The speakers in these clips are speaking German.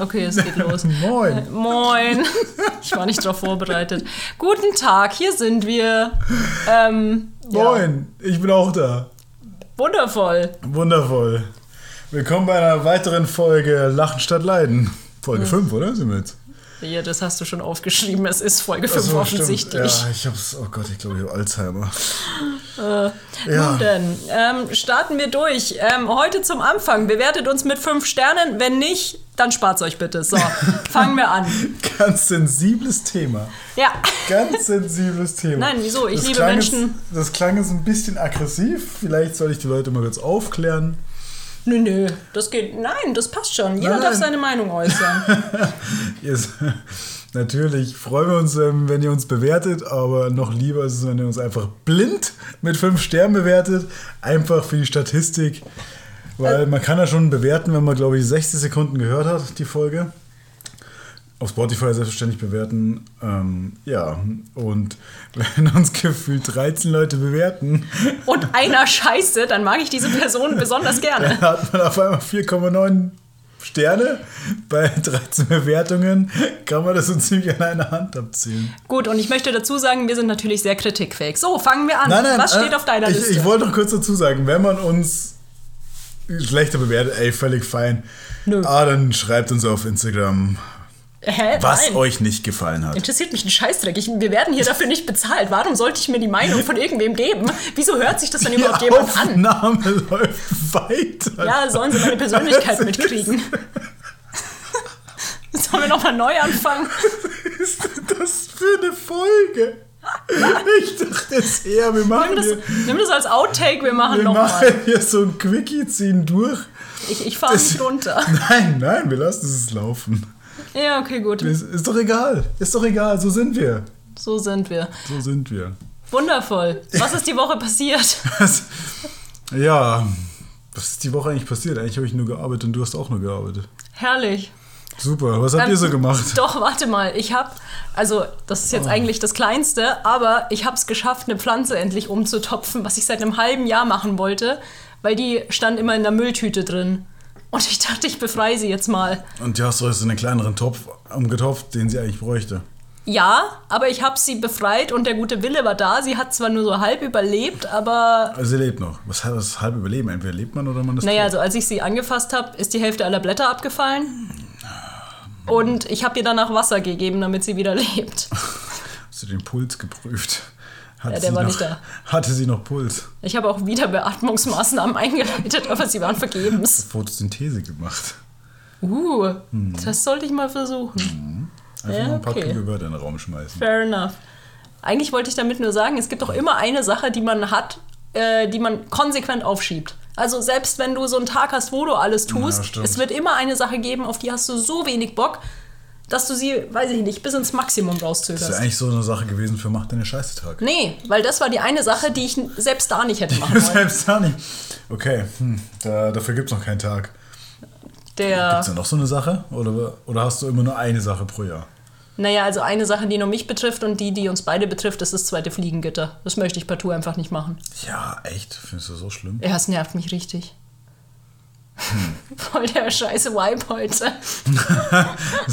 Okay, es geht los. Moin. Äh, Moin. Ich war nicht darauf vorbereitet. Guten Tag, hier sind wir. Ähm, ja, Moin, ich bin auch da. Wundervoll. Wundervoll. Willkommen bei einer weiteren Folge Lachen statt Leiden. Folge 5, oder? Sind wir jetzt? Ja, das hast du schon aufgeschrieben. Es ist Folge 5 Ach so, stimmt. offensichtlich. Ja, ich hab's. Oh Gott, ich glaube, ich habe Alzheimer. Äh, Nun ja. denn, ähm, starten wir durch. Ähm, heute zum Anfang. Bewertet uns mit 5 Sternen. Wenn nicht, dann spart's euch bitte. So, fangen wir an. Ganz sensibles Thema. Ja. Ganz sensibles Thema. Nein, wieso? Ich liebe klang Menschen. Jetzt, das klang jetzt ein bisschen aggressiv. Vielleicht soll ich die Leute mal kurz aufklären. Nö, nö. Das geht. Nein, das passt schon. Jeder Nein, darf nein. seine Meinung äußern. Ihr s- Natürlich freuen wir uns, ähm, wenn ihr uns bewertet, aber noch lieber ist es, wenn ihr uns einfach blind mit fünf Sternen bewertet. Einfach für die Statistik. Weil man kann ja schon bewerten, wenn man, glaube ich, 60 Sekunden gehört hat, die Folge. Auf Spotify selbstverständlich bewerten. Ähm, ja, und wenn uns gefühlt 13 Leute bewerten, und einer scheiße, dann mag ich diese Person besonders gerne. hat man auf einmal 4,9 Sterne. Bei 13 Bewertungen kann man das so ziemlich an einer Hand abziehen. Gut, und ich möchte dazu sagen, wir sind natürlich sehr kritikfähig. So, fangen wir an. Was steht äh, auf deiner ich, Liste? Ich wollte noch kurz dazu sagen, wenn man uns schlechter bewertet, ey, völlig fein. Nö. Ah, dann schreibt uns auf Instagram, Hä? was Äh, Nein. euch nicht gefallen hat. Interessiert mich ein Scheißdreck. Ich, wir werden hier dafür nicht bezahlt. Warum sollte ich mir die Meinung von irgendwem geben? Wieso hört sich das dann überhaupt Die jemand an? Aufnahme läuft weiter. Ja, sollen sie meine Persönlichkeit Das mitkriegen. Sollen wir nochmal neu anfangen? ist das für eine Folge? Ich dachte jetzt eher, wir machen Nimm das, hier, nimm das als Outtake, wir machen wir nochmal. machen hier so ein Quickie, ziehen durch. Ich, ich fahre Das- nicht runter. Nein, nein, wir lassen es laufen. Ja, okay, gut. Ist, ist doch egal, ist doch egal, so sind wir. So sind wir. So sind wir. Wundervoll. Was ist die Woche passiert? Was? Ja, was ist die Woche eigentlich passiert? Eigentlich habe ich nur gearbeitet und du hast auch nur gearbeitet. Herrlich. Super, was habt Ähm, ihr so gemacht? Ah. Doch, warte mal. Ich habe, also das ist jetzt eigentlich das Kleinste, aber ich habe es geschafft, eine Pflanze endlich umzutopfen, was ich seit einem halben Jahr machen wollte, weil die stand immer in der Mülltüte drin. Und ich dachte, ich befreie sie jetzt mal. Und die hast du jetzt in einen kleineren Topf umgetopft, den sie eigentlich bräuchte. Ja, aber ich habe sie befreit und der gute Wille war da. Sie hat zwar nur so halb überlebt, aber Also sie lebt noch. Was heißt das halbe Überleben? Entweder lebt man oder man ist Naja, tot. also als ich sie angefasst habe, ist die Hälfte aller Blätter abgefallen. Ah, Und ich habe ihr danach Wasser gegeben, damit sie wieder lebt. Hast du den Puls geprüft? Hatte Ja, der sie war noch, nicht da. Hatte sie noch Puls? Ich habe auch wieder Beatmungsmaßnahmen eingeleitet, aber sie waren vergebens. Photosynthese gemacht. Uh, Hm. das sollte ich mal versuchen. Einfach Ja, mal ein paar okay. kluge Wörter in den Raum schmeißen. Fair enough. Eigentlich wollte ich damit nur sagen, es gibt doch immer eine Sache, die man hat, äh, die man konsequent aufschiebt. Also selbst wenn du so einen Tag hast, wo du alles Ja, tust, stimmt. es wird immer eine Sache geben, auf die hast du so wenig Bock, dass du sie, weiß ich nicht, bis ins Maximum Das rauszögerst. ist ja eigentlich so eine Sache gewesen für Mach deine Scheiße Tag. Nee, weil das war die eine Sache, die ich n- selbst da nicht hätte machen wollen. Selbst da nicht. Okay, hm, da, dafür gibt es noch keinen Tag. Gibt es Der, da noch so eine Sache? Oder, oder hast du immer nur eine Sache pro Jahr? naja, also eine Sache, die nur mich betrifft und die, die uns beide betrifft, ist das zweite Fliegengitter. Das möchte ich partout einfach nicht machen. Ja, echt? Findest du so schlimm? Ja, es nervt mich richtig. Voll der scheiße Vibe heute. Das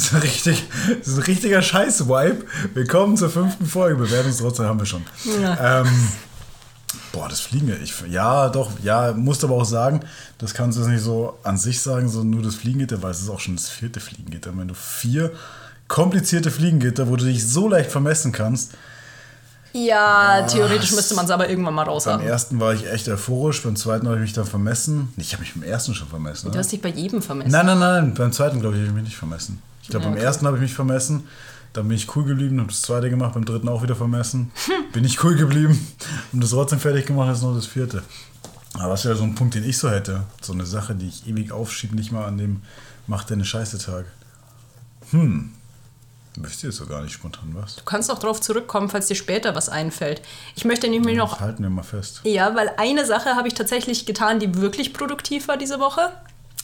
ist ein, richtig, das ist ein richtiger Scheiß-Wipe. Willkommen zur fünften Folge. Bewertungstrotzdem haben wir schon. Ja. Ähm, boah, das Fliegen. Ich, ja, doch. Ja, musst aber auch sagen, das kannst du jetzt nicht so an sich sagen, sondern nur das Fliegengitter, weil es ist auch schon das vierte Fliegengitter. Wenn du vier komplizierte Fliegengitter, wo du dich so leicht vermessen kannst, Ja, theoretisch müsste man es aber irgendwann mal Beim raushaben. ersten war ich echt euphorisch, beim zweiten habe ich mich dann vermessen. Nee, Ich habe mich beim ersten schon vermessen. Du Ne? hast dich bei jedem vermessen. Nein, nein, nein, beim zweiten glaube ich habe ich mich nicht vermessen. Ich glaube, Ja, beim okay. ersten habe ich mich vermessen, dann bin ich cool geblieben, habe das zweite gemacht, beim dritten auch wieder vermessen, Hm. bin ich cool geblieben und das trotzdem fertig gemacht, ist noch das vierte. Aber das wäre so ein Punkt, den ich so hätte. So eine Sache, die ich ewig aufschiebe, nicht mal an dem macht deine Scheiße Tag. Hm. Wüsste jetzt so gar nicht spontan was. Du kannst auch drauf zurückkommen, falls dir später was einfällt. Ich möchte nämlich noch Das halten wir mal fest. Ja, weil eine Sache habe ich tatsächlich getan, die wirklich produktiv war diese Woche.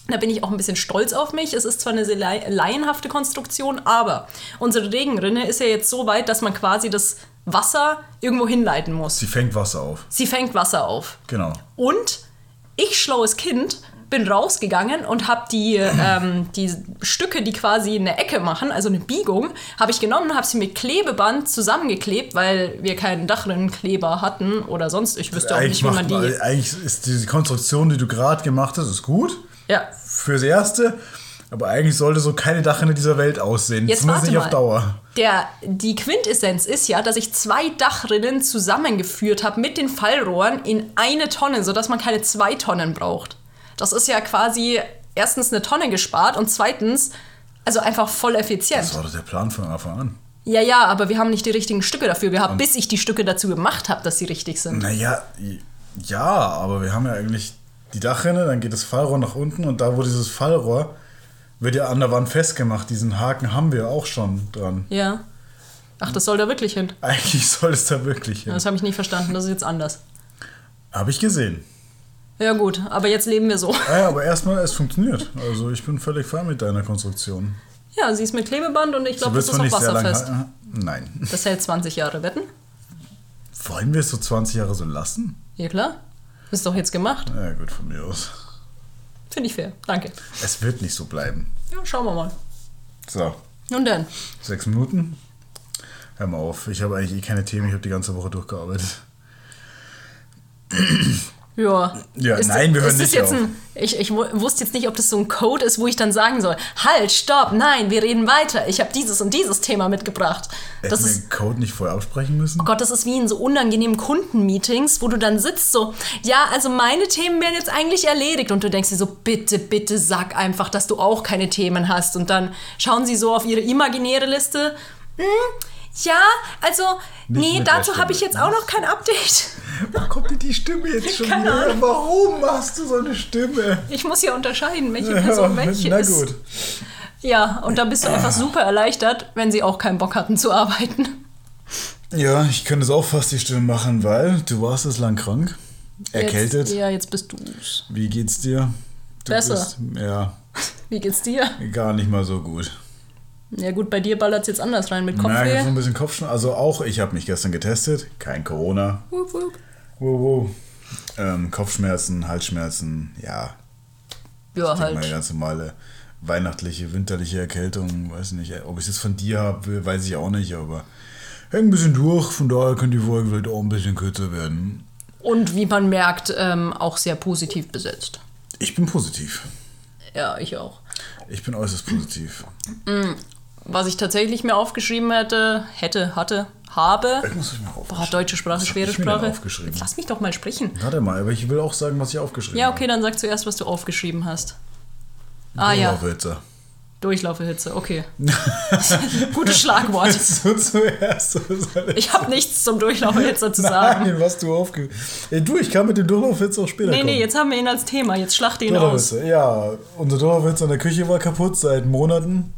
Da bin ich auch ein bisschen stolz auf mich. Es ist zwar eine sehr lai- laienhafte Konstruktion, aber unsere Regenrinne ist ja jetzt so weit, dass man quasi das Wasser irgendwo hinleiten muss. Sie fängt Wasser auf. Sie fängt Wasser auf. Genau. Und ich, schlaues Kind, bin rausgegangen und habe die, ähm, die Stücke, die quasi eine Ecke machen, also eine Biegung, habe ich genommen und habe sie mit Klebeband zusammengeklebt, weil wir keinen Dachrinnenkleber hatten oder sonst. Ich wüsste auch Eigentlich, nicht, wie man macht die. man, eigentlich ist diese Konstruktion, die du gerade gemacht hast, ist gut. Ja. Fürs Erste. Aber eigentlich sollte so keine Dachrinne dieser Welt aussehen. Jetzt Zumindest warte nicht mal. auf Dauer. Der, die Quintessenz ist ja, dass ich zwei Dachrinnen zusammengeführt habe mit den Fallrohren in eine Tonne, sodass man keine zwei Tonnen braucht. Das ist ja quasi erstens eine Tonne gespart und zweitens, also einfach voll Das effizient. war doch der Plan von Anfang an. Ja, ja, aber wir haben nicht die richtigen Stücke dafür gehabt, bis ich die Stücke dazu gemacht habe, dass sie richtig sind. Naja, ja, aber wir haben ja eigentlich die Dachrinne, dann geht das Fallrohr nach unten und da, wo dieses Fallrohr, wird ja an der Wand festgemacht. Diesen Haken haben wir auch schon dran. Ja. Ach, das soll da wirklich hin. Eigentlich soll es da wirklich hin. Das habe ich nicht verstanden, das ist jetzt anders. Habe ich gesehen. Ja gut, aber jetzt leben wir so. Ah Ja, aber erstmal, es funktioniert. Also ich bin völlig fein mit deiner Konstruktion. Ja, sie ist mit Klebeband und ich Du glaube, das wirst ist zwar auch nicht sehr lange. wasserfest. Nein. Das hält 20 Jahre, wetten? Wollen wir es so 20 Jahre so lassen? Ja klar. Ist doch jetzt gemacht. Na ja, gut, von mir aus. Finde ich fair. Danke. Es wird nicht so bleiben. Ja, schauen wir mal. So, Nun denn. sechs Minuten. Hör mal auf. Ich habe eigentlich eh keine Themen. Ich habe die ganze Woche durchgearbeitet. Ja. Ja, nein, wir hören ist das nicht jetzt auf. Ein, ich, ich wu- wusste jetzt nicht, ob das so ein Code ist, wo ich dann sagen soll, halt, stopp, nein, wir reden weiter. Ich habe dieses und dieses Thema mitgebracht. Das Hätten wir ist, den Code nicht vorher absprechen müssen? oh Gott, das ist wie in so unangenehmen Kundenmeetings, wo du dann sitzt so, ja, also meine Themen werden jetzt eigentlich erledigt. Und du denkst dir so, bitte, bitte sag einfach, dass du auch keine Themen hast. Und dann schauen sie so auf ihre imaginäre Liste. Hm, ja, also, Nicht nee, mit der dazu habe ich Stimme. jetzt auch noch kein Update. Wo kommt denn die Stimme jetzt schon Keine wieder? Warum machst du so eine Stimme? Ich muss ja unterscheiden, welche Person welche Na ist. gut. Ja, und da bist du einfach super erleichtert, wenn sie auch keinen Bock hatten zu arbeiten. Ja, ich könnte es auch fast die Stimme machen, weil du warst es lang krank. Erkältet. Jetzt, ja, jetzt bist du's. Wie geht's dir? Du Besser. Bist, ja, Wie geht's dir? gar nicht mal so gut. Ja gut, bei dir ballert's jetzt anders rein mit Na, ich hab so Kopfweh. ein bisschen Kopfschmerzen. Also auch, ich habe mich gestern getestet. Kein Corona. Wup, wup. Wow, wow. Ähm, Kopfschmerzen, Halsschmerzen, ja. Ja, Meine halt. ganz normale weihnachtliche, winterliche Erkältung. Weiß nicht, ob ich es von dir habe, weiß ich auch nicht, aber häng ein bisschen durch. Von daher können die Folgen vielleicht auch ein bisschen kürzer werden. Und wie man merkt, ähm, auch sehr positiv besetzt. Ich bin positiv. Ja, ich auch. Ich bin äußerst positiv. Was ich tatsächlich mir aufgeschrieben hätte, hätte, hatte, habe. Ich muss mich mal aufschreiben. Boah, deutsche Sprache, Was hab schwere ich mir denn Sprache. aufgeschrieben? Lass mich doch mal sprechen. Warte mal, aber ich will auch sagen, was ich aufgeschrieben Ja, okay, dann sag zuerst, was du aufgeschrieben hast. habe. Ah ja, Urlaubwitze. Durchlaufehitze, okay. Gutes Schlagwort. So zuerst. was soll Ich habe nichts zum Durchlaufhitze zu sagen. Nein, was du aufge... Ey, du, ich kann mit dem Durlaufwitz auch später Nee, kommen. nee, jetzt haben wir ihn als Thema. Jetzt schlachte ihn aus. Durlaufwitze, ja. Unser Durlaufwitz in der Küche war kaputt seit Monaten.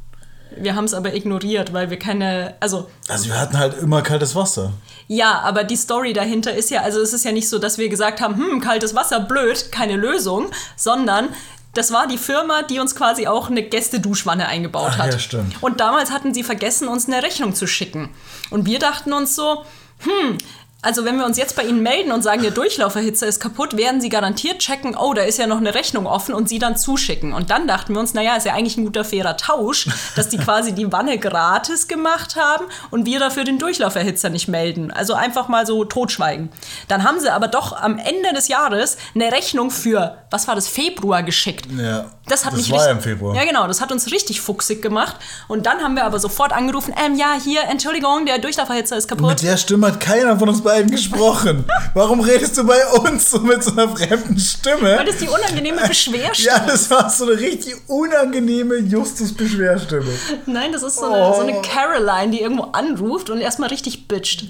Wir haben es aber ignoriert, weil wir keine. Also, Also wir hatten halt immer kaltes Wasser. ja, aber die Story dahinter ist ja. Also, es ist ja nicht so, dass wir gesagt haben: hm, kaltes Wasser, blöd, keine Lösung, sondern. Das war die Firma, die uns quasi auch eine Gästeduschwanne eingebaut Ach, hat. Ah, ja, stimmt. Und damals hatten sie vergessen, uns eine Rechnung zu schicken. Und wir dachten uns so, hm, also wenn wir uns jetzt bei ihnen melden und sagen, der Durchlauferhitzer ist kaputt, werden sie garantiert checken, oh, da ist ja noch eine Rechnung offen und sie dann zuschicken. Und dann dachten wir uns, naja, ist ja eigentlich ein guter fairer Tausch, dass die quasi die Wanne gratis gemacht haben und wir dafür den Durchlauferhitzer nicht melden. Also einfach mal so totschweigen. Dann haben sie aber doch am Ende des Jahres eine Rechnung für, was war das, Februar geschickt. Ja, Das hat das mich war richtig, ja im Februar. Ja, genau, das hat uns richtig fuchsig gemacht. Und dann haben wir aber sofort angerufen, ähm, ja, hier, Entschuldigung, der Durchlauferhitzer ist Mit kaputt. der Stimme hat keiner von uns beiden gesprochen. Warum redest du bei uns so mit so einer fremden Stimme? Weil das die unangenehme Beschwerstimme. ja, das war so eine richtig unangenehme Justus-Beschwerstimme. Nein, das ist so eine, so Oh. eine Caroline, die irgendwo anruft und erstmal richtig bitcht.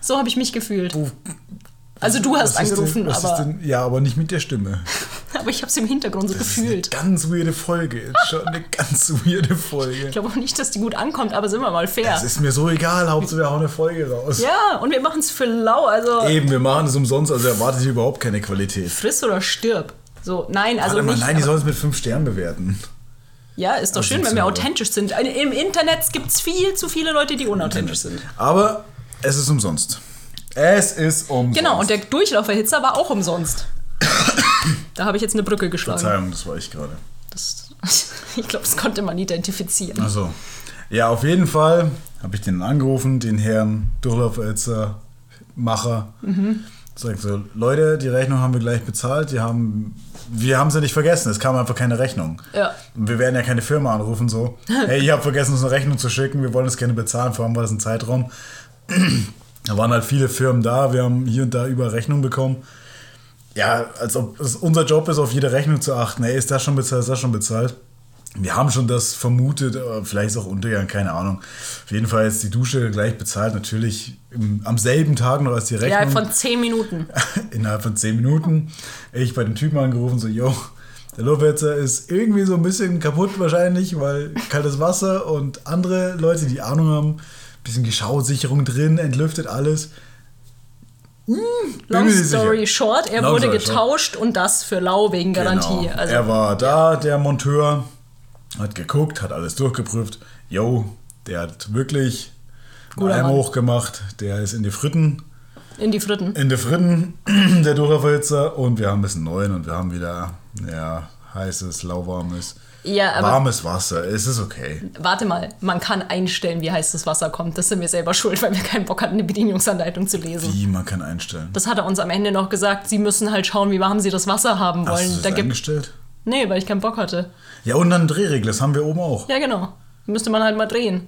So habe ich mich gefühlt. Also du hast Was ist angerufen, denn, was aber, Ist denn, ja, aber nicht mit der Stimme. aber ich habe es im Hintergrund so gefühlt. Eine ganz weirde Folge. Jetzt Schon eine ganz weirde Folge. Ich glaube auch nicht, dass die gut ankommt, aber sind wir mal fair. Es ist mir so egal, Hauptsache wir hauen eine Folge raus. Ja, und wir machen es für lau, also Eben, wir machen es umsonst, also erwartet ihr überhaupt keine Qualität. friss oder stirb. So, nein, also Warte mal, nicht. nein, die sollen es mit 5 Sternen bewerten. Ja, ist doch Also schön, wenn sind wir sie authentisch sind. Ein- Im Internet gibt es viel zu viele Leute, die unauthentisch sind. Aber es ist umsonst. Es ist umsonst. Genau, und der Durchlauferhitzer war auch umsonst. Da habe ich jetzt eine Brücke geschlagen. Verzeihung, das war ich gerade. Das, ich glaube, das konnte man identifizieren. Also, ja, auf jeden Fall habe ich den angerufen, den Herrn Durchlaufelzer Macher. Sagt so, Leute, die Rechnung haben wir gleich bezahlt. Die haben, wir haben sie nicht vergessen. Es kam einfach keine Rechnung. Ja. Und wir werden ja keine Firma anrufen so. Hey, ihr habt vergessen, uns eine Rechnung zu schicken. Wir wollen es gerne bezahlen. Vor allem war das ein Zeitraum. Da waren halt viele Firmen da. Wir haben hier und da über Rechnung bekommen. Ja, als ob es unser Job ist, auf jede Rechnung zu achten. Ey, ist das schon bezahlt, ist das schon bezahlt? Wir haben schon das vermutet, aber vielleicht ist auch Untergang, keine Ahnung. Auf jeden Fall ist die Dusche gleich bezahlt, natürlich im, am selben Tag noch als die Rechnung. Ja, von 10 Minuten. Innerhalb von 10 Minuten. Ich bei dem Typen angerufen, so, yo, der Luftwetzer ist irgendwie so ein bisschen kaputt wahrscheinlich, weil kaltes Wasser und andere Leute, die Ahnung haben, bisschen Geschausicherung drin, entlüftet alles. Hm, bin Long mir nicht sicher. story short, er Long wurde story short. getauscht und das für lau wegen Garantie. Genau. Also, er war da, der Monteur, hat geguckt, hat alles durchgeprüft. Yo, der hat wirklich Guter einen Eimer Mann. hochgemacht, der ist in die Fritten, in die Fritten. in die Fritten, der Durchlauferhitzer und wir haben ein bisschen neuen und wir haben wieder, ja, heißes, lauwarmes, Ja, aber- warmes Wasser. Es ist okay. Warte mal, man kann einstellen, wie heiß das Wasser kommt. Das sind wir selber schuld, weil wir keinen Bock hatten, eine Bedienungsanleitung zu lesen. Wie, man kann einstellen. Das hat er uns am Ende noch gesagt. Sie müssen halt schauen, wie warm sie das Wasser haben wollen. Hast du das da gibt eingestellt? Nee, weil ich keinen Bock hatte. Ja, und dann Drehregler, das haben wir oben auch. Ja, genau. Müsste man halt mal drehen.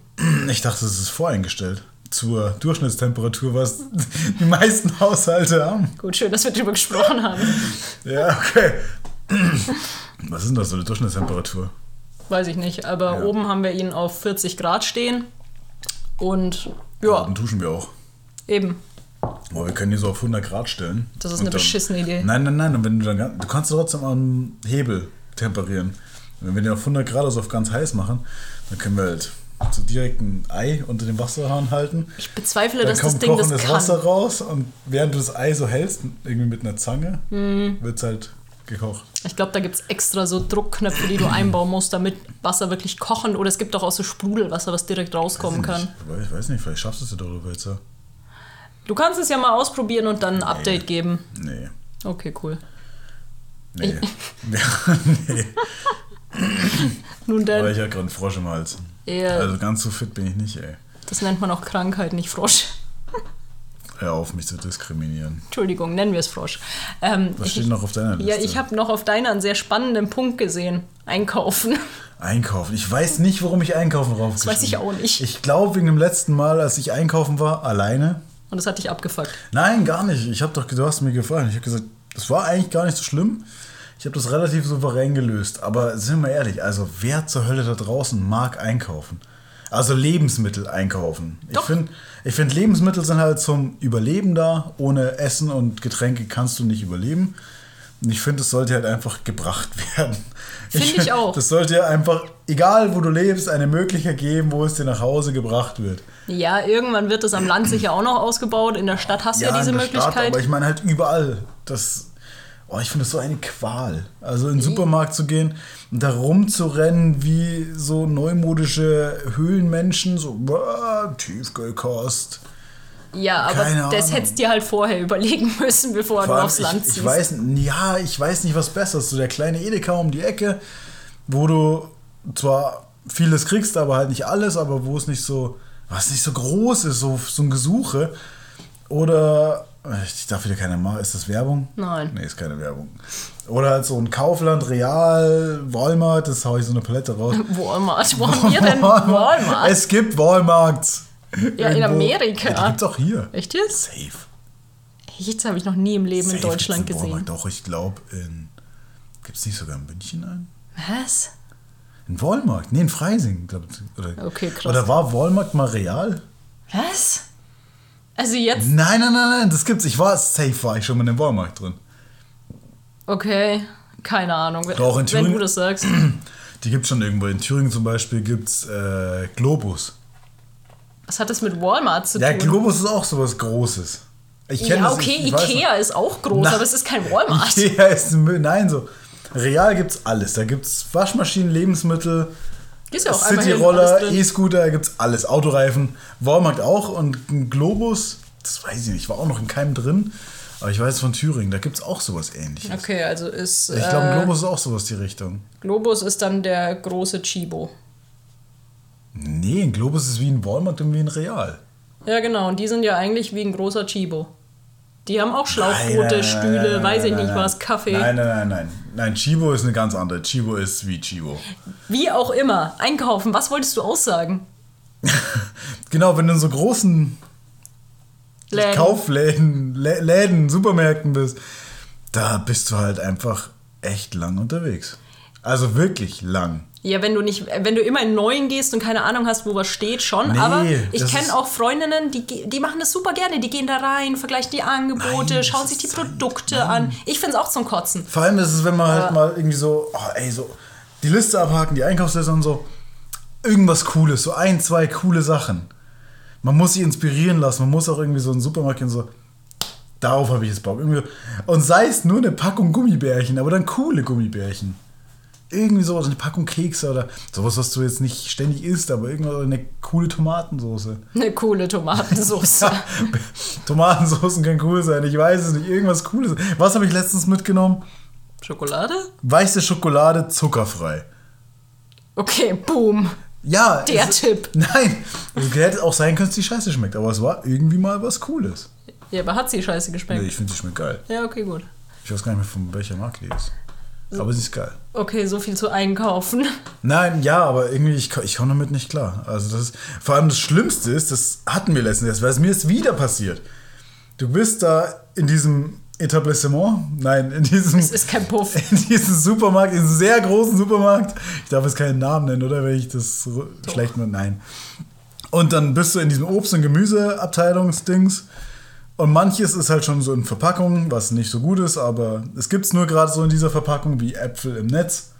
Ich dachte, es ist voreingestellt. Zur Durchschnittstemperatur, was die meisten Haushalte haben. Gut, schön, dass wir drüber gesprochen haben. Ja, okay. Was ist denn das, so eine Durchschnittstemperatur? Weiß ich nicht, aber Ja. oben haben wir ihn auf 40 Grad stehen. Und ja, Also, Dann duschen wir auch. eben. Boah, wir können die so auf 100 Grad stellen. Das ist Und eine beschissene Idee. Nein, nein, nein. Und wenn du dann, ganz- du kannst trotzdem am Hebel temperieren. Und wenn wir den auf 100 Grad, also auf ganz heiß machen, dann können wir halt so direkt ein Ei unter dem Wasserhahn halten. Ich bezweifle, Dann dass das kommt Ding das kochendes kann. Wasser raus und während du das Ei so hältst, irgendwie mit einer Zange, Mhm. wird es halt gekocht. Ich glaube, da gibt es extra so Druckknöpfe, die du einbauen musst, damit Wasser wirklich kochen. Oder es gibt auch, auch so Sprudelwasser, was direkt rauskommen kann. Ich weiß, ich weiß nicht, vielleicht schaffst du es ja doch, du willst ja. Du kannst es ja mal ausprobieren und dann ein Update geben. Nee. Okay, cool. Nee. Ja, nee. Nun Aber denn, ich hatte gerade einen Frosch im Hals. Ja. Also ganz so fit bin ich nicht, ey. das nennt man auch Krankheit, nicht Frosch. Hör auf, mich zu diskriminieren. Entschuldigung, nennen wir es Frosch. Ähm, Was ich- steht noch auf deiner Liste? Ja, ich habe noch auf deiner einen sehr spannenden Punkt gesehen. Einkaufen. Einkaufen. Ich weiß nicht, warum ich einkaufen rauf Das weiß ich auch nicht. Ich glaube, wegen dem letzten Mal, als ich einkaufen war, alleine. Und das hat dich abgefuckt. Nein, gar nicht. Ich habe doch, du hast mir gefallen. Ich habe gesagt, das war eigentlich gar nicht so schlimm. Ich habe das relativ souverän gelöst. Aber sind wir ehrlich, also wer zur Hölle da draußen mag einkaufen? Also Lebensmittel einkaufen. Doch. Ich finde, ich find, Lebensmittel sind halt zum Überleben da. Ohne Essen und Getränke kannst du nicht überleben. Und ich finde, es sollte halt einfach gebracht werden. Finde ich find, auch. Das sollte einfach, egal wo du lebst, eine Möglichkeit geben, wo es dir nach Hause gebracht wird. Ja, irgendwann wird das am Land sicher auch noch ausgebaut. In der Stadt hast du ja, diese in der Möglichkeit. Stadt, aber ich meine halt überall. Das, oh, ich finde das so eine Qual. Also in den Supermarkt zu gehen und da rumzurennen wie so neumodische Höhlenmenschen, so "Bäh, Tiefkühlkost. ja, aber Keine das Ahnung. hättest du dir halt vorher überlegen müssen, bevor Vor du allem, aufs Land ich, ziehst. ich weiß, ja, ich weiß nicht, was besser ist. So der kleine Edeka um die Ecke, wo du zwar vieles kriegst, aber halt nicht alles, aber wo es nicht so, was nicht so groß ist, so, so ein Gesuche. Oder, ich darf wieder keine machen, ist das Werbung? Nein. Nee, ist keine Werbung. Oder halt so ein Kaufland, Real, Walmart, das hau ich so eine Palette raus. Walmart. Wo haben wir denn Walmart? Es gibt Walmarts. Ja, in Amerika. Ja, die gibt's auch hier. Echt jetzt? Safe. Jetzt habe ich noch nie im Leben in Safe Deutschland gibt's einen gesehen. Walmart. Doch, ich glaube, in. Gibt es nicht sogar in München einen? Was? In Walmart? Nee, in Freising. Glaub, ich. oder, Okay, krass. Oder war Walmart mal real? Was? Also jetzt? Nein, nein, nein, nein, das gibt's. Ich war safe, war ich schon mal in Walmart drin. Okay, keine Ahnung. Wenn- Doch, in Wenn Thüringen- du das sagst. Die gibt's schon irgendwo. In Thüringen zum Beispiel gibt's äh, Globus. Was hat das mit Walmart zu Ja, tun? Globus ist auch sowas Großes. Ich kenn ja, das, okay, ich, ich weiß Ikea ist auch groß, Na- aber es ist kein Walmart. Ikea ist ein Müll. Nein, so. Real gibt's alles. Da gibt's Waschmaschinen, Lebensmittel, Ist ja auch einmal hinten alles Cityroller, drin. E-Scooter, da gibt's alles. Autoreifen, Walmart auch und ein Globus, das weiß ich nicht, war auch noch in keinem drin. Aber ich weiß von Thüringen, da gibt es auch sowas ähnliches. Okay, also ist. Ich glaube, äh, Globus ist auch sowas die Richtung. Globus ist dann der große Chibo. Nee, ein Globus ist wie ein Walmart und wie ein Real. Ja, genau. Und die sind ja eigentlich wie ein großer Chibo. Die haben auch Schlauchboote, Nein, nein, nein, Stühle, nein, nein, weiß ich nein, nicht nein. was, Kaffee. Nein, nein, nein, nein. Nein, Chibo ist eine ganz andere. Chibo ist wie Chibo. Wie auch immer. Einkaufen, was wolltest du aussagen? Genau, wenn du in so großen Läden. Kaufläden, Lä Läden, Supermärkten bist, da bist du halt einfach echt lang unterwegs. Also wirklich lang. Ja, wenn du nicht, wenn du immer in neuen gehst und keine Ahnung hast, wo was steht, schon. Nee, aber ich das ist- kenne auch Freundinnen, die, ge- die machen das super gerne. Die gehen da rein, vergleichen die Angebote, Nein, das schauen ist sich die Zeit. Produkte an. Ich finde es auch zum Kotzen. Vor allem ist es, wenn man halt Aber- mal irgendwie so, oh, ey, so die Liste abhaken, die Einkaufsliste und so. Irgendwas Cooles, so ein, zwei coole Sachen. Man muss sich inspirieren lassen, man muss auch irgendwie so einen Supermarkt gehen, so, darauf habe ich jetzt Bock. Irgendwie, und sei es nur eine Packung Gummibärchen, aber dann coole Gummibärchen. Irgendwie sowas, eine Packung Kekse oder sowas, was du jetzt nicht ständig isst, aber irgendwas, oder eine coole Tomatensoße. Eine coole Tomatensauce. Ja, Tomatensoßen können cool sein, ich weiß es nicht, irgendwas Cooles. Was habe ich letztens mitgenommen? Schokolade? Weiße Schokolade zuckerfrei. Okay, boom. Ja. Der es- Tipp. Nein. Es hätte auch sein können, dass die scheiße schmeckt, aber es war irgendwie mal was Cooles. Ja, aber hat sie scheiße Nee, geschmeckt. ich finde, sie schmeckt geil. Ja, okay, gut. Ich weiß gar nicht mehr, von welcher Marke die ist. Aber sie ist geil. Okay, so viel zu einkaufen. Nein, ja, aber irgendwie, ich, ko- ich komme damit nicht klar. Also das ist, vor allem das Schlimmste ist, das hatten wir letztens erst, weil es mir ist wieder passiert. Du bist da in diesem Etablissement, nein, in diesem... Es ist kein Puff. in diesem Supermarkt, in diesem sehr großen Supermarkt. Ich darf jetzt keinen Namen nennen, oder? Wenn ich das r- schlecht mit nein. Und dann bist du in diesem Obst- und Gemüseabteilungsdings. Und manches ist halt schon so in Verpackung, was nicht so gut ist, aber es gibt es nur gerade so in dieser Verpackung wie Äpfel im Netz.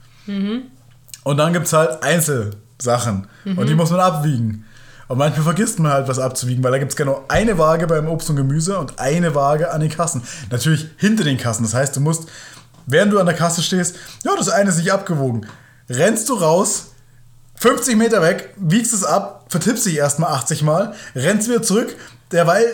Und dann gibt es halt Einzelsachen. Und die muss man abwiegen. Und manchmal vergisst man halt was abzuwiegen, weil da gibt es genau eine Waage beim Obst und Gemüse und eine Waage an den Kassen. Natürlich hinter den Kassen. Das heißt, du musst, während du an der Kasse stehst, ja, das eine ist nicht abgewogen. Rennst du raus, 50 Meter weg, wiegst es ab, vertippst dich erstmal 80 Mal, rennst wieder zurück, derweil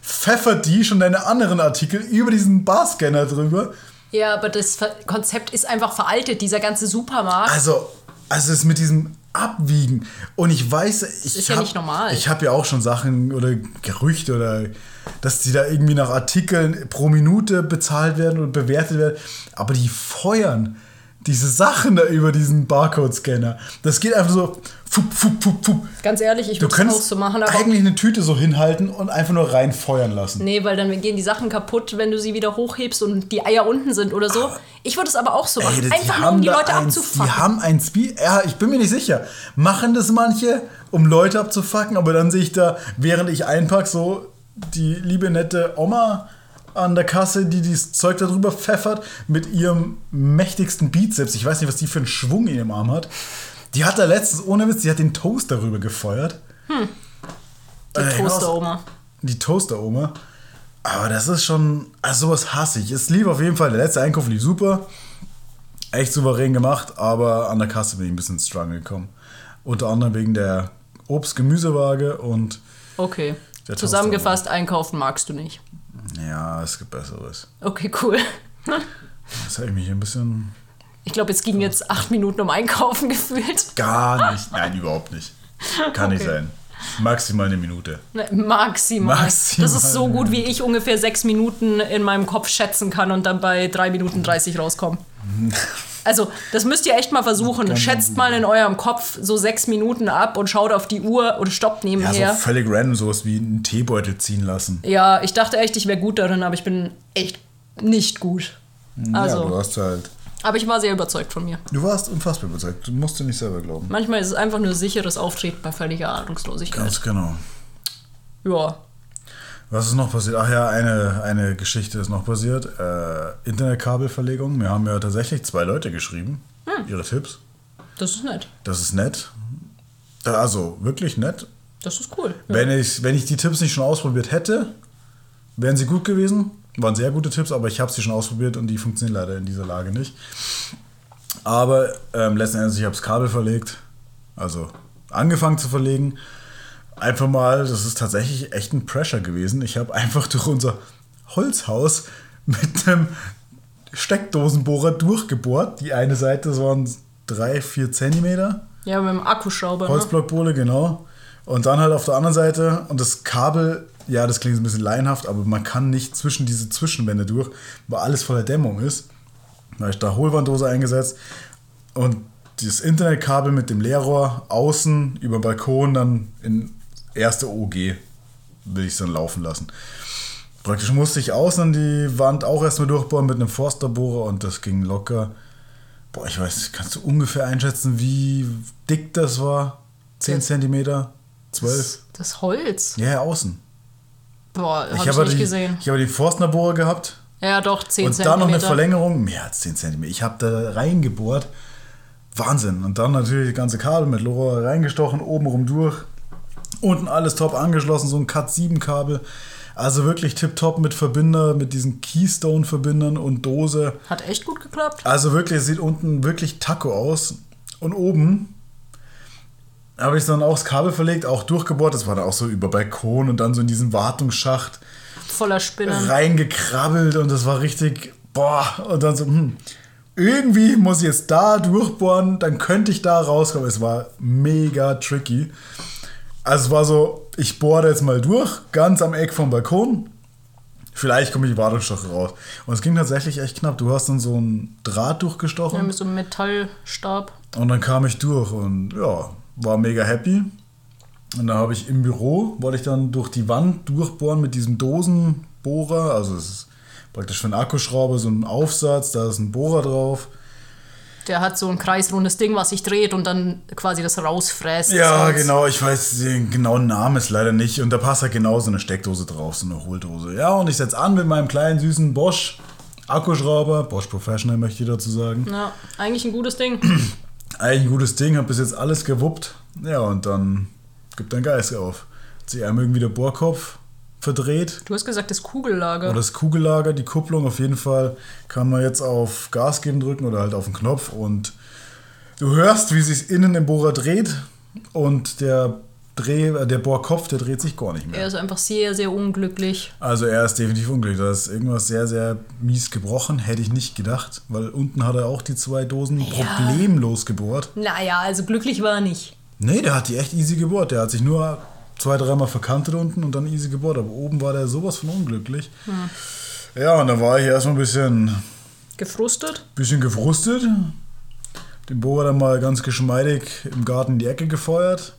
pfeffert die schon deine anderen Artikel über diesen Barscanner drüber. Ja, aber das Ver Konzept ist einfach veraltet, dieser ganze Supermarkt. Also, also es mit diesem Abwiegen. Und ich weiß, ich ist ja hab- nicht normal. Ich habe ja auch schon Sachen oder Gerüchte oder dass die da irgendwie nach Artikeln pro Minute bezahlt werden und bewertet werden. Aber die feuern diese Sachen da über diesen Barcode-Scanner. Das geht einfach so. Fup, fup, fup, fup. Ganz ehrlich, ich Du würde es auch könntest so machen, aber. eigentlich eine Tüte so hinhalten und einfach nur reinfeuern lassen. Nee, weil dann gehen die Sachen kaputt, wenn du sie wieder hochhebst und die Eier unten sind oder so. Ich würde es aber auch so machen. Ey, einfach nur, um die da Leute ein, abzufangen. Die haben ein Speed. Ja, ich bin mir nicht sicher. Machen das manche, um Leute abzufacken, aber dann sehe ich da, während ich einpack, so die liebe nette Oma an der Kasse, die dieses Zeug da drüber pfeffert, mit ihrem mächtigsten Bizeps. Ich weiß nicht, was die für einen Schwung in ihrem Arm hat. Die hat da letztens, ohne Witz, die hat den Toast darüber gefeuert. Hm. Die Toaster-Oma. Die Toaster-Oma. Aber das ist schon. Also sowas hasse ich. Es lief auf jeden Fall. Der letzte Einkauf lief super. Echt souverän gemacht, aber an der Kasse bin ich ein bisschen ins Struggle gekommen. Unter anderem wegen der Obst-Gemüsewaage und Okay. Der Zusammengefasst, einkaufen magst du nicht. ja, es gibt Besseres. Okay, cool. Das habe ich mich ein bisschen Ich glaube, es ging jetzt acht Minuten um Einkaufen gefühlt. gar nicht. Nein, überhaupt nicht. Kann nicht Okay. sein. Maximal eine Minute. Ne, Maximal. Maximal. Das ist so gut, wie ich ungefähr sechs Minuten in meinem Kopf schätzen kann und dann bei drei Minuten 30 rauskomme. Also, das müsst ihr echt mal versuchen. Ganz Schätzt mal in eurem Kopf so sechs Minuten ab und schaut auf die Uhr und stoppt Ja, nebenher. so völlig random, sowas wie einen Teebeutel ziehen lassen. Ja, ich dachte echt, ich wäre gut darin, aber ich bin echt nicht gut. Ja, du Also, warst halt. aber ich war sehr überzeugt von mir. Du warst unfassbar überzeugt. Du musst dir nicht selber glauben. Manchmal ist es einfach nur sicheres Auftreten bei völliger Ahnungslosigkeit. Ganz genau. Ja. Was ist noch passiert? Ach ja, eine, eine Geschichte ist noch passiert. Äh, Internetkabelverlegung. Mir haben ja tatsächlich zwei Leute geschrieben. Ihre Tipps. Das ist nett. Das ist nett. Da- Also wirklich nett. Das ist cool. Wenn, ich, wenn ich die Tipps nicht schon ausprobiert hätte, wären sie gut gewesen. Waren sehr gute Tipps, aber ich habe sie schon ausprobiert und die funktionieren leider in dieser Lage nicht. Aber ähm, letzten Endes, ich habe das Kabel verlegt. Also angefangen zu verlegen. Einfach mal, das ist tatsächlich echt ein Pressure gewesen. Ich habe einfach durch unser Holzhaus mit einem Steckdosenbohrer durchgebohrt. Die eine Seite, das waren drei, vier Zentimeter. Ja, mit dem Akkuschrauber. Ne? Holzblockbohle, genau. Und dann halt auf der anderen Seite und das Kabel, ja, das klingt ein bisschen laienhaft, aber man kann nicht zwischen diese Zwischenwände durch, weil alles voller Dämmung ist. Da habe ich da Hohlwanddose eingesetzt und dieses Internetkabel mit dem Leerrohr außen über den Balkon dann in erste OG will ich es dann laufen lassen. Praktisch musste ich außen die Wand auch erstmal durchbohren mit einem Forsterbohrer und das ging locker. Boah, ich weiß, nicht, kannst du ungefähr einschätzen, wie dick das war? 10 cm? 12? Das, das Holz. Ja, ja, außen. Boah, habe ich, Ich habe nicht die- gesehen. ich habe den Forstnerbohrer gehabt Ja, doch, 10 und Zentimeter. dann noch eine Verlängerung, mehr als 10 cm. Ich habe da reingebohrt. Wahnsinn. Und dann natürlich das ganze Kabel mit Rohr reingestochen, oben rum durch. Unten alles top angeschlossen, so ein Cat7-Kabel. Also wirklich tipptopp mit Verbinder, mit diesen Keystone-Verbindern und Dose. Hat echt gut geklappt. Also wirklich, es sieht unten wirklich Taco aus. Und oben habe ich dann auch das Kabel verlegt, auch durchgebohrt. Das war dann auch so über Balkon und dann so in diesen Wartungsschacht Voller Spinnen. reingekrabbelt und das war richtig, boah, und dann so, hm, irgendwie muss ich jetzt da durchbohren, dann könnte ich da rauskommen. Es war mega tricky. Also es war so, ich bohre jetzt mal durch, ganz am Eck vom Balkon. Vielleicht komme ich die Wartungsstoche raus. Und es ging tatsächlich echt knapp. Du hast dann so einen Draht durchgestochen. Ja, mit so einem Metallstab. Und dann kam ich durch und ja, war mega happy. Und dann habe ich im Büro, wollte ich dann durch die Wand durchbohren mit diesem Dosenbohrer. Also es ist praktisch für einen Akkuschrauber so ein Aufsatz, da ist ein Bohrer drauf. Der hat so ein kreisrundes Ding, was sich dreht und dann quasi das rausfräst. Ja, Das- genau, ich weiß den genauen Namen ist leider nicht. Und da passt halt genau so eine Steckdose drauf, so eine Hohldose. Ja, und ich setze an mit meinem kleinen süßen Bosch Akkuschrauber, Bosch Professional möchte ich dazu sagen. Ja, eigentlich ein gutes Ding. Eigentlich ein gutes Ding, hab bis jetzt alles gewuppt. Ja, und dann gibt dein Geist auf. Hat sich einmal irgendwie der Bohrkopf verdreht. Du hast gesagt, das Kugellager. Oder das Kugellager, die Kupplung, auf jeden Fall kann man jetzt auf Gas geben drücken oder halt auf den Knopf und du hörst, wie sich innen im Bohrer dreht und der, Dreh, äh, der Bohrkopf, der dreht sich gar nicht mehr. er ist einfach sehr, sehr unglücklich. Also er ist definitiv unglücklich. Da ist irgendwas sehr, sehr mies gebrochen. Hätte ich nicht gedacht, weil unten hat er auch die zwei Dosen problemlos gebohrt. Naja, also glücklich war er nicht. Nee, der hat die echt easy gebohrt. Der hat sich nur zwei, dreimal verkantet unten und dann easy gebohrt. Aber oben war der sowas von unglücklich. Ja, und da war ich erstmal ein bisschen, Gefrustet? bisschen gefrustet. Den Bohrer dann mal ganz geschmeidig im Garten in die Ecke gefeuert.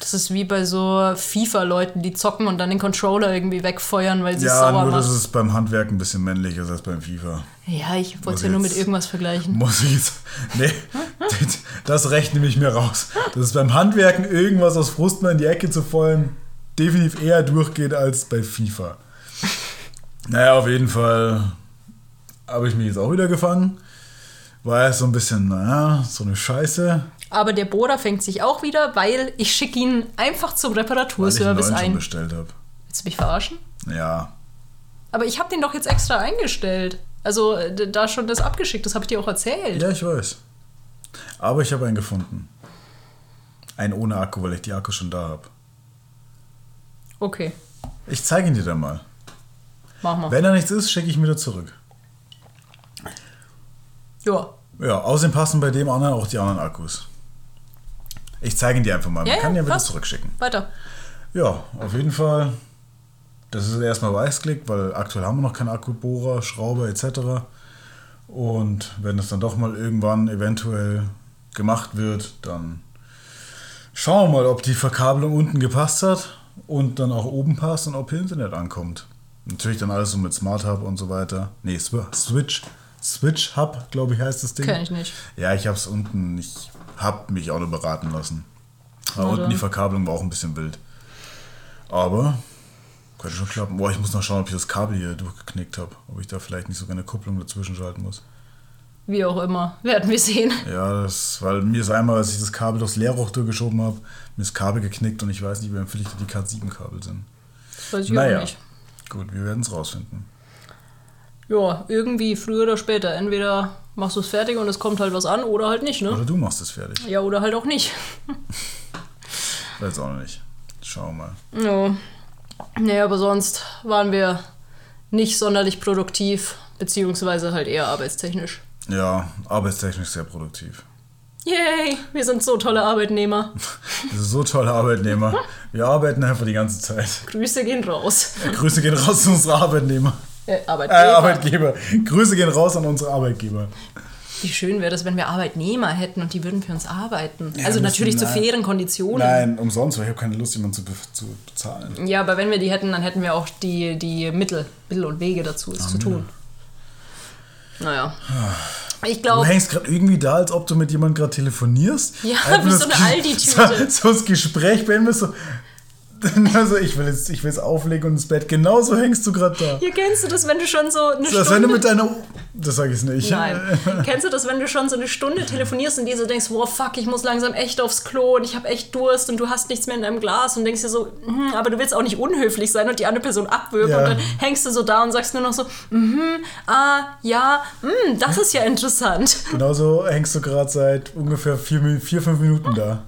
Das ist wie bei so FIFA-Leuten, die zocken und dann den Controller irgendwie wegfeuern, weil sie es ja, sauer nur dass machen. es beim Handwerk ein bisschen männlicher ist als beim FIFA. Ja, ich wollte es Also ja nur mit jetzt- irgendwas vergleichen. Muss ich jetzt. Nee, das- das Recht nehme ich mir raus. Dass es beim Handwerken irgendwas aus Frust mal in die Ecke zu feuern, definitiv eher durchgeht als bei FIFA. Naja, auf jeden Fall habe ich mich jetzt auch wieder gefangen. War ja so ein bisschen, naja, so eine Scheiße. Aber der Bohrer fängt sich auch wieder, weil ich schicke ihn einfach zum Weil ich einen Reparaturservice neuen schon ein. bestellt habe. Willst du mich verarschen? Ja. Aber ich habe den doch jetzt extra eingestellt. Also äh, d- da schon das abgeschickt, das habe ich dir auch erzählt. Ja, ich weiß. Aber ich habe einen gefunden. Einen ohne Akku, weil ich die Akku schon da habe. Okay, Ich zeige ihn dir dann mal. mach mal. Wenn da nichts ist, schicke ich ihn wieder zurück. Ja. Ja, außerdem passen bei dem anderen auch die anderen Akkus. Ich zeige ihn dir einfach mal. Man Ja, ja, kann ja wieder passt. zurückschicken. Weiter. Ja, auf jeden Fall. Das ist erstmal weißklick, weil aktuell haben wir noch keinen Akkubohrer, Schrauber etc. Und wenn es dann doch mal irgendwann eventuell gemacht wird, dann schauen wir mal, ob die Verkabelung unten gepasst hat und dann auch oben passt und ob hier Internet ankommt. Natürlich dann alles so mit Smart Hub und so weiter. Nee, Sw- Switch. Switch Hub, glaube ich, heißt das Ding. Kenn ich nicht. Ja, ich hab's unten. Ich hab mich auch nur beraten lassen. Aber Na unten dann. die Verkabelung war auch ein bisschen wild. Aber könnte schon klappen. Boah, ich muss noch schauen, ob ich das Kabel hier durchgeknickt habe. Ob ich da vielleicht nicht sogar eine Kupplung dazwischen schalten muss. Wie auch immer. Werden wir sehen. Ja, das, weil mir ist einmal, als ich das Kabel durchs Leerrohr durchgeschoben habe, mir ist Kabel geknickt und ich weiß nicht, wie empfindlich die K7-Kabel sind. Das weiß ich auch Naja, nicht. gut, wir werden es rausfinden. Ja, irgendwie früher oder später. Entweder machst du es fertig und es kommt halt was an oder halt nicht, ne? Oder du machst es fertig. Ja, oder halt auch nicht. Weiß auch noch nicht. Schauen wir mal. Ja. Nee, aber sonst waren wir nicht sonderlich produktiv, beziehungsweise halt eher arbeitstechnisch. Ja, arbeitstechnisch sehr produktiv. Yay, wir sind so tolle Arbeitnehmer. Das ist so tolle Arbeitnehmer. Wir arbeiten einfach die ganze Zeit. Grüße gehen raus. Grüße gehen raus an unsere Arbeitnehmer. Äh, Äh, Arbeitgeber. Arbeitgeber. Grüße gehen raus an unsere Arbeitgeber. Wie schön wäre das, wenn wir Arbeitnehmer hätten und die würden für uns arbeiten. also müssen- natürlich zu nein. fairen Konditionen. Nein, umsonst, weil ich habe keine Lust, jemanden zu, be zu bezahlen. Ja, aber wenn wir die hätten, dann hätten wir auch die, die Mittel, Mittel und Wege dazu, Ah, es zu tun. Naja. Ich Du glaube, hängst gerade irgendwie da, als ob du mit jemandem gerade telefonierst. Ja, Als ob wie du so das- eine Aldi-Tüte. So, so das Gespräch beendest, so. Also ich will jetzt, ich will jetzt auflegen und ins Bett. Genauso hängst du gerade da. hier kennst du das, wenn du schon so eine Das wenn Stunde. du mit deiner. Das sage ich nicht. Nein. Kennst du das, wenn du schon so eine Stunde telefonierst und dir so denkst, wow, fuck, ich muss langsam echt aufs Klo und ich habe echt Durst und du hast nichts mehr in deinem Glas und denkst dir so, hm, aber du willst auch nicht unhöflich sein und die andere Person abwürgen Ja. und dann hängst du so da und sagst nur noch so, mhm, ah, ja, hm, das ist ja interessant. Genauso hängst du gerade seit ungefähr vier, Mi- vier, fünf Minuten da.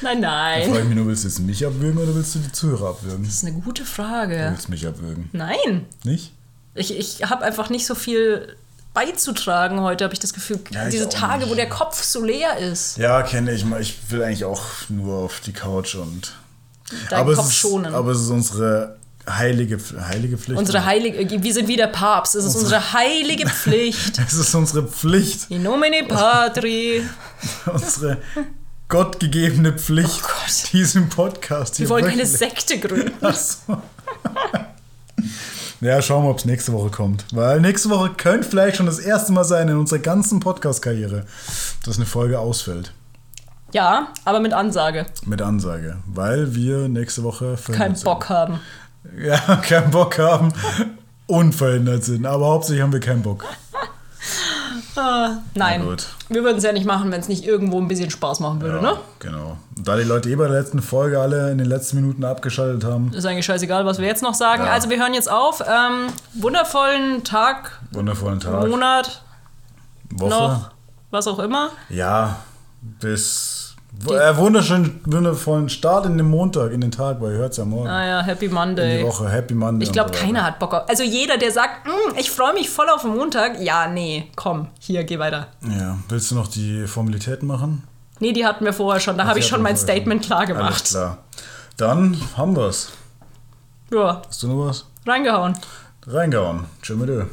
Nein, nein. Frag ich mich nur, willst du jetzt mich abwürgen oder willst du die Zuhörer abwürgen? Du Das ist eine gute Frage. willst mich abwürgen. Nein. Nicht? Ich, ich habe einfach nicht so viel beizutragen heute, habe ich das Gefühl. Ja, ich diese auch Tage, nicht. wo der Kopf so leer ist. Ja, kenne ich mal. Ich will eigentlich auch nur auf die Couch und. Deinen aber Kopf es ist, schonen. Aber es ist unsere heilige, Pf- heilige Pflicht. Unsere heilige, äh, wir sind wie der Papst, es ist unsere heilige Pflicht. es ist unsere Pflicht. In nomine patri. Unsere gottgegebene Pflicht, Oh Gott. diesen Podcast hier Wir wollen keine wöchentlich- Sekte gründen. Ach so. Ja, schauen wir, ob es nächste Woche kommt. Weil nächste Woche könnte vielleicht schon das erste Mal sein in unserer ganzen Podcast-Karriere, dass eine Folge ausfällt. Ja, aber mit Ansage. Mit Ansage. Weil wir nächste Woche verhindert Keinen Bock haben. Sind. Ja, keinen Bock haben. Unverhindert sind. Aber hauptsächlich haben wir keinen Bock. Ah, nein. Na gut. Wir würden es ja nicht machen, wenn es nicht irgendwo ein bisschen Spaß machen würde, ne? genau. Und da die Leute eh bei der letzten Folge alle in den letzten Minuten abgeschaltet haben, Ist eigentlich scheißegal, was wir jetzt noch sagen. Ja. Also wir hören jetzt auf. Ähm, wundervollen Tag, wundervollen Tag, Monat, Woche. noch, was auch immer. Ja, bis. Äh, wunderschönen, wundervollen Start in den Montag, in den Tag, weil ihr hört es ja morgen. Naja, Ah Happy Die Monday. Woche, Happy Monday. Ich glaube, und so keiner weiter. hat Bock auf. Also jeder, der sagt, "Mm, ich freue mich voll auf den Montag. Ja, nee, komm, hier, geh weiter. Ja, willst du noch die Formalitäten machen? Nee, die hatten wir vorher schon. Da habe ich schon mein Statement klar Alles gemacht. klar. Dann haben wir's. Ja, Hast du noch was? reingehauen. Reingehauen. Tschö mit Ö.